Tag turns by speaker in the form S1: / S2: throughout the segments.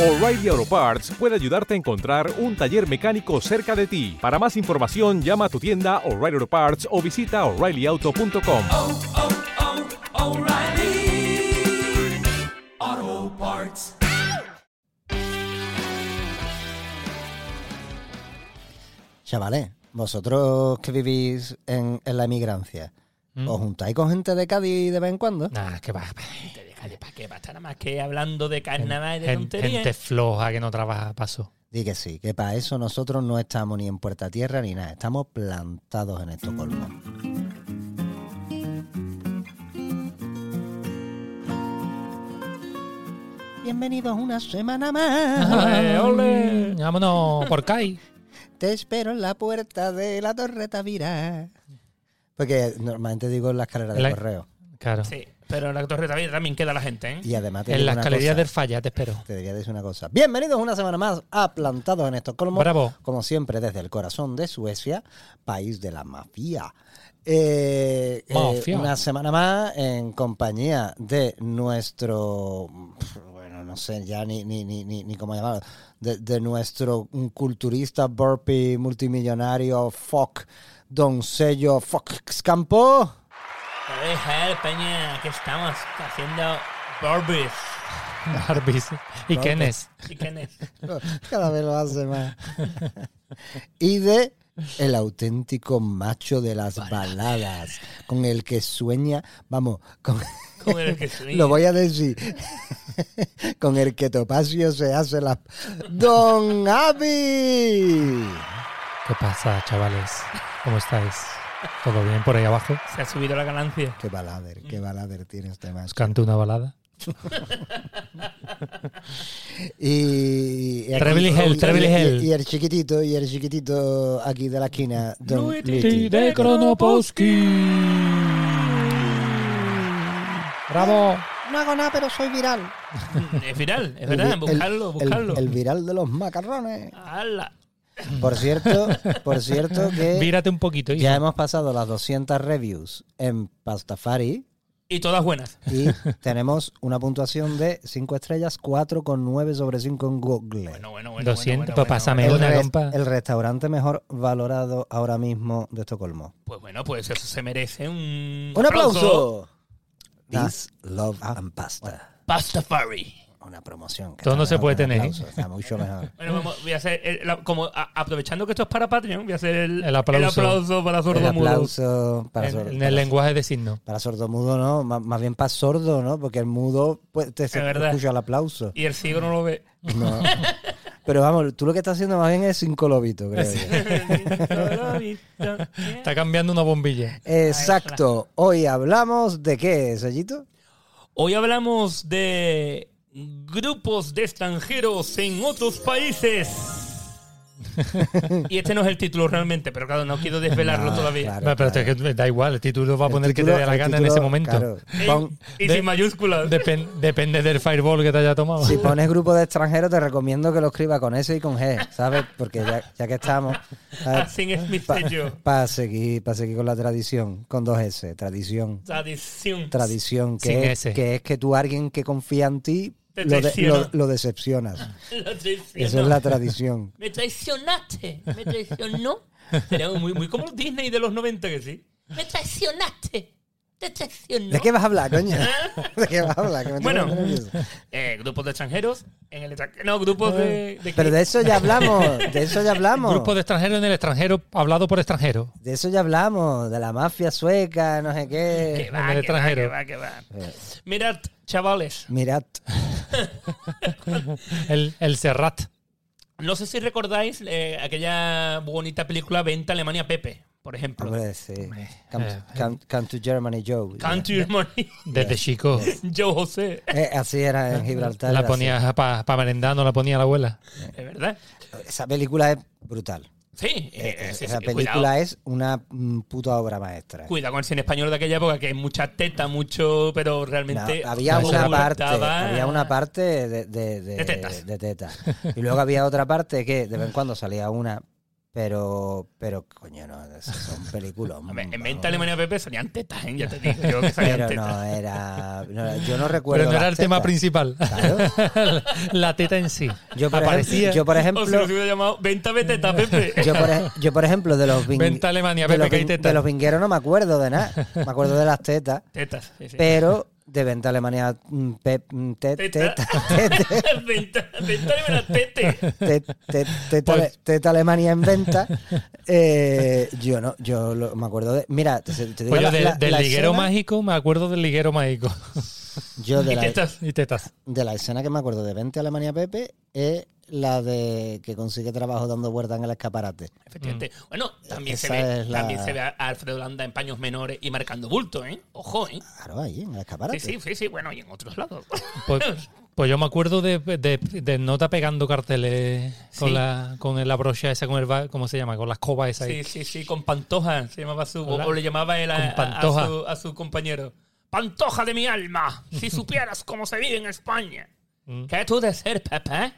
S1: O'Reilly Auto Parts puede ayudarte a encontrar un taller mecánico cerca de ti. Para más información, llama a tu tienda O'Reilly Auto Parts o visita oreillyauto.com.
S2: oh, oh, O'Reilly Auto Parts.
S3: Chavales, vosotros que vivís en, en la emigrancia, ¿os juntáis con gente de Cádiz de vez en cuando?
S4: Nah, que va.
S5: Te deja de pa' qué, va a estar nada más que hablando de carnaval y de ¿eh?
S4: Gen- Gente,
S5: tonterías.
S4: floja que no trabaja, paso.
S3: Di que sí, que para eso nosotros no estamos ni en Puerta Tierra ni nada, estamos plantados en Estocolmo. Bienvenidos una semana más.
S5: Ah, eh,
S4: ¡Ole, ole! Eh, mm, Vámonos por CAI.
S3: Te espero en la puerta de la Torre Tavira. Porque normalmente digo en la escalera de
S4: La-
S3: correo.
S4: Claro.
S5: Sí, pero en la Torre también, también queda la gente, ¿eh?
S3: Y además te
S4: en
S3: digo
S4: las
S3: una
S4: galerías
S3: cosa.
S4: del Falla, te espero.
S3: Te diría decir una cosa. Bienvenidos una semana más a Plantados en Estocolmo.
S4: Bravo.
S3: Como siempre, desde el corazón de Suecia, país de la mafia. Eh, eh,
S4: Mafia.
S3: una semana más en compañía de nuestro. pf, Bueno, no sé ya ni, ni, ni, ni, ni cómo llamarlo. De, de nuestro culturista burpee multimillonario, fuck, don sello, fuck, campo.
S5: Te deja, eh, Peña, que estamos haciendo Barbies.
S4: Barbies. ¿Y quién es?
S5: ¿Y quién es?
S3: Cada vez lo hace más. Y de el auténtico macho de las baladas, con el que sueña, vamos, con,
S5: ¿Cómo era que se
S3: lo voy a decir, con el que Topacio se hace la... ¡Don Avi!
S4: ¿Qué pasa, chavales? ¿Cómo estáis? ¿Todo bien por ahí abajo?
S5: Se ha subido la ganancia.
S3: Qué balader, qué balader tiene este
S4: Os
S3: macho.
S4: canto una balada.
S3: Y, y aquí-
S4: Treble Hell,
S3: y-
S4: Treble
S3: y-
S4: Hell.
S3: Y, el chiquitito, y el chiquitito aquí de la esquina, Don Luigi.
S4: de Kronopolski. Bravo.
S3: No hago nada, pero soy viral.
S5: Es viral, es verdad,
S3: vi-
S5: buscarlo,
S3: el-
S5: buscarlo.
S3: el viral de los macarrones.
S5: ¡Hala!
S3: Por cierto, por cierto que
S4: Vírate un poquito, hijo.
S3: ya hemos pasado las 200 reviews en Pastafari
S5: Y todas buenas.
S3: y tenemos una puntuación de 5 estrellas, 4,9 sobre 5 en Google.
S5: Bueno, bueno, bueno.
S4: 200,
S5: bueno, bueno,
S4: pues
S5: bueno,
S4: pásame
S3: el,
S4: una,
S3: res-
S4: compa.
S3: el restaurante mejor valorado ahora mismo de Estocolmo.
S5: bueno. Pues bueno, pues eso se merece un.
S3: ¡Un aplauso! This Love and Pasta.
S5: Pastafari.
S3: Una promoción. que
S4: Todo
S3: está
S4: no se
S3: mejor
S4: puede
S3: que un
S4: tener.
S3: aplauso, Está mucho mejor.
S5: Bueno, vamos, voy a hacer. el- la- como a- aprovechando que esto es para Patreon, voy a hacer el,
S4: El aplauso.
S5: aplauso para
S3: Un
S5: Sordo Mudo.
S3: aplauso para
S4: En,
S3: Sor-
S4: en
S3: para
S4: el
S3: Sor-
S4: lenguaje de signo.
S5: Eh.
S3: Para sordomudo no, má- más bien para sordo, ¿no? Porque el mudo pues, te se
S5: verdad.
S3: escucha el aplauso.
S5: Y el ciego no lo ve.
S3: No. Pero vamos, tú lo que estás haciendo más bien es cinco lobitos, creo yo.
S4: Está cambiando una bombilla.
S3: Exacto. Hoy hablamos de qué, Sellito?
S5: Hoy hablamos de grupos de extranjeros en otros países. y este no es el título realmente, pero claro, no quiero desvelarlo
S3: No,
S5: todavía.
S3: claro,
S4: No, pero
S3: claro.
S4: es que da igual, el título va a
S3: El
S4: poner que
S3: título-
S4: te dé la
S3: el
S4: gana en
S3: título,
S4: ese momento.
S3: claro.
S5: Ey,
S3: Pon-
S5: y
S4: de-
S5: sin mayúsculas.
S4: Depen- depende del fireball que te haya tomado.
S3: si pones grupo de extranjeros, te recomiendo que lo escribas con S y con G, ¿sabes? Porque ya, ya que estamos.
S5: Así es mi sello.
S3: Para seguir, pa seguir con la tradición, con dos S, tradición.
S5: Tradición.
S3: Tradición, que,
S4: Sin
S3: es,
S4: S.
S3: que es que tú a alguien que confía en ti
S5: Te
S3: lo de-
S5: traiciona.
S3: lo- lo decepcionas.
S5: Lo traiciono.
S3: Esa es la tradición.
S5: Me traicionaste. Me traicionó. Sería muy, muy como Disney de los 90 que sí. Me traicionaste. Te traicionó.
S3: ¿De qué vas a hablar, coño? ¿De qué vas a hablar? Que me tengo
S5: Bueno.
S3: nervioso.
S5: Eh, grupos de extranjeros en el extranjero. No, grupos de. de
S3: Pero de eso ya hablamos, de eso ya hablamos.
S4: Grupo de extranjeros en el extranjero, hablado por extranjeros.
S3: De eso ya hablamos, de la mafia sueca, no sé
S5: que
S3: qué.
S5: va,
S4: en el
S5: que va,
S4: extranjero.
S5: que va, que va.
S3: Eh.
S5: Mirad, chavales.
S3: Mirad,
S4: El, el Serrat.
S5: No sé si recordáis eh, aquella bonita película Venta Alemania Pepe, por ejemplo.
S3: hombre, sí. Come, come- come to Germany Joe.
S5: Country Money,
S4: Desde chico.
S5: Joe José.
S3: Eh, así era en Gibraltar.
S4: La
S3: era
S4: ponía para merendar, no la ponía la abuela.
S5: Es verdad.
S3: así. Esa película es brutal.
S5: Sí, eh,
S3: Eh,
S5: eh, sí,
S3: Esa
S5: sí,
S3: película
S5: cuidado.
S3: es una mm, puta obra maestra.
S5: Cuidado con el cine español de aquella época, que es mucha teta, mucho, pero
S3: No,
S5: realmente.
S3: había
S4: no
S3: una parte,
S5: ocultaba-
S3: había una parte de, de, de-
S5: De tetas.
S3: de tetas. Y luego había otra parte que de vez en cuando salía una Pero, pero, coño, no, esas son películas.
S5: A ver, en
S3: vamos.
S5: Venta Alemania PP salían tetas, ¿eh? ya te digo yo que salían
S3: Pero
S5: tetas.
S3: no era, no era- Yo no recuerdo.
S4: Pero no era
S3: las
S4: el tema
S3: tetas.
S4: principal.
S3: Claro.
S4: la teta en sí.
S3: Yo, por
S4: Aparecía.
S3: ejemplo, yo, por
S5: O si
S3: ejemplo,
S5: los hubiera llamado Venta Beteta Pepe.
S3: yo, por, ej- yo, por ejemplo, de los ving-
S4: Vente a Alemania,
S3: de
S4: Pepe,
S3: los,
S4: que hay
S3: ving-
S4: teta.
S3: de los vingueros no me acuerdo de nada. Me acuerdo de las tetas.
S5: Tetas, sí, sí.
S3: Pero de venta a Alemania, mm, pe- mm, te-
S5: Teta.
S3: teta, tete,
S5: Venta, venta Alemania Tete.
S3: te- te- teta Ale- teta Alemania en venta. eh, yo no, yo lo- me acuerdo de. Mira, te, te digo
S4: Pues yo
S3: la-
S4: de-
S3: la-
S4: del
S3: la
S4: liguero
S3: escena-
S4: mágico me acuerdo del liguero mágico.
S3: Yo de
S5: Y
S3: la,
S5: tetas.
S4: y tetas.
S3: de la escena que me acuerdo de Vente a Alemania Pepe es la de que consigue trabajo dando vueltas en el escaparate.
S5: Efectivamente. Bueno, también se,
S3: Mm. Esa
S5: ve,
S3: es la-
S5: también se ve a Alfredo Landa en paños menores y marcando bulto, ¿eh? Ojo, ¿eh?
S3: Claro, ahí, en el escaparate.
S5: Sí, sí, sí, sí. Bueno, y en otros lados.
S4: Pues, pues yo me acuerdo de, de- de Nota pegando carteles con,
S5: Sí.
S4: la, con la brocha esa, con el, va- ¿cómo se llama? Con la escoba esa. ahí.
S5: Sí, sí, sí, con Pantoja. Se llamaba su.
S4: Hola.
S5: O le llamaba él a,
S4: Con
S5: a- a
S4: Pantoja.
S5: su, a su compañero. Pantoja de mi alma, si supieras cómo se vive en España.
S4: Mm.
S5: ¿Qué tú de ser, Pepe?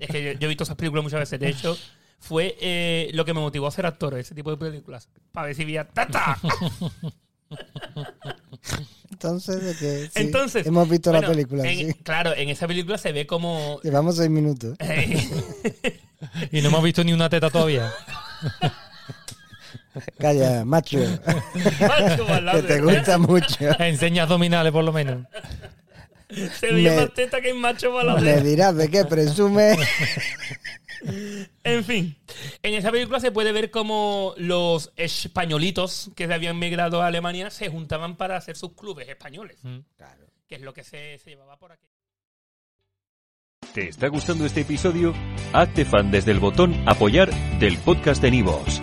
S5: es que yo, yo he visto esas películas muchas veces. De hecho, fue eh, lo que me motivó a ser actor, ese tipo de películas. Para ver si veía tata.
S3: Entonces, de que, sí,
S5: Entonces.
S3: hemos visto la
S5: bueno,
S3: película.
S5: en-
S3: sí.
S5: Claro, en esa película se ve como.
S3: Llevamos seis minutos.
S4: Y no hemos visto ni una teta todavía.
S3: Calla, macho,
S5: Macho,
S3: que
S5: balada.
S3: te gusta mucho.
S4: Enseñas dominales por lo menos.
S5: Se veía
S3: Me-
S5: más teta que en macho
S3: Me
S5: balada.
S3: dirás de qué presume.
S5: En fin, en esa película se puede ver cómo los españolitos que se habían migrado a Alemania se juntaban para hacer sus clubes españoles, que es lo que se, se llevaba por aquí.
S6: ¿Te está gustando este episodio? Hazte fan desde el botón Apoyar del podcast de Nivos.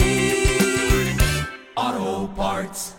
S2: Auto Parts.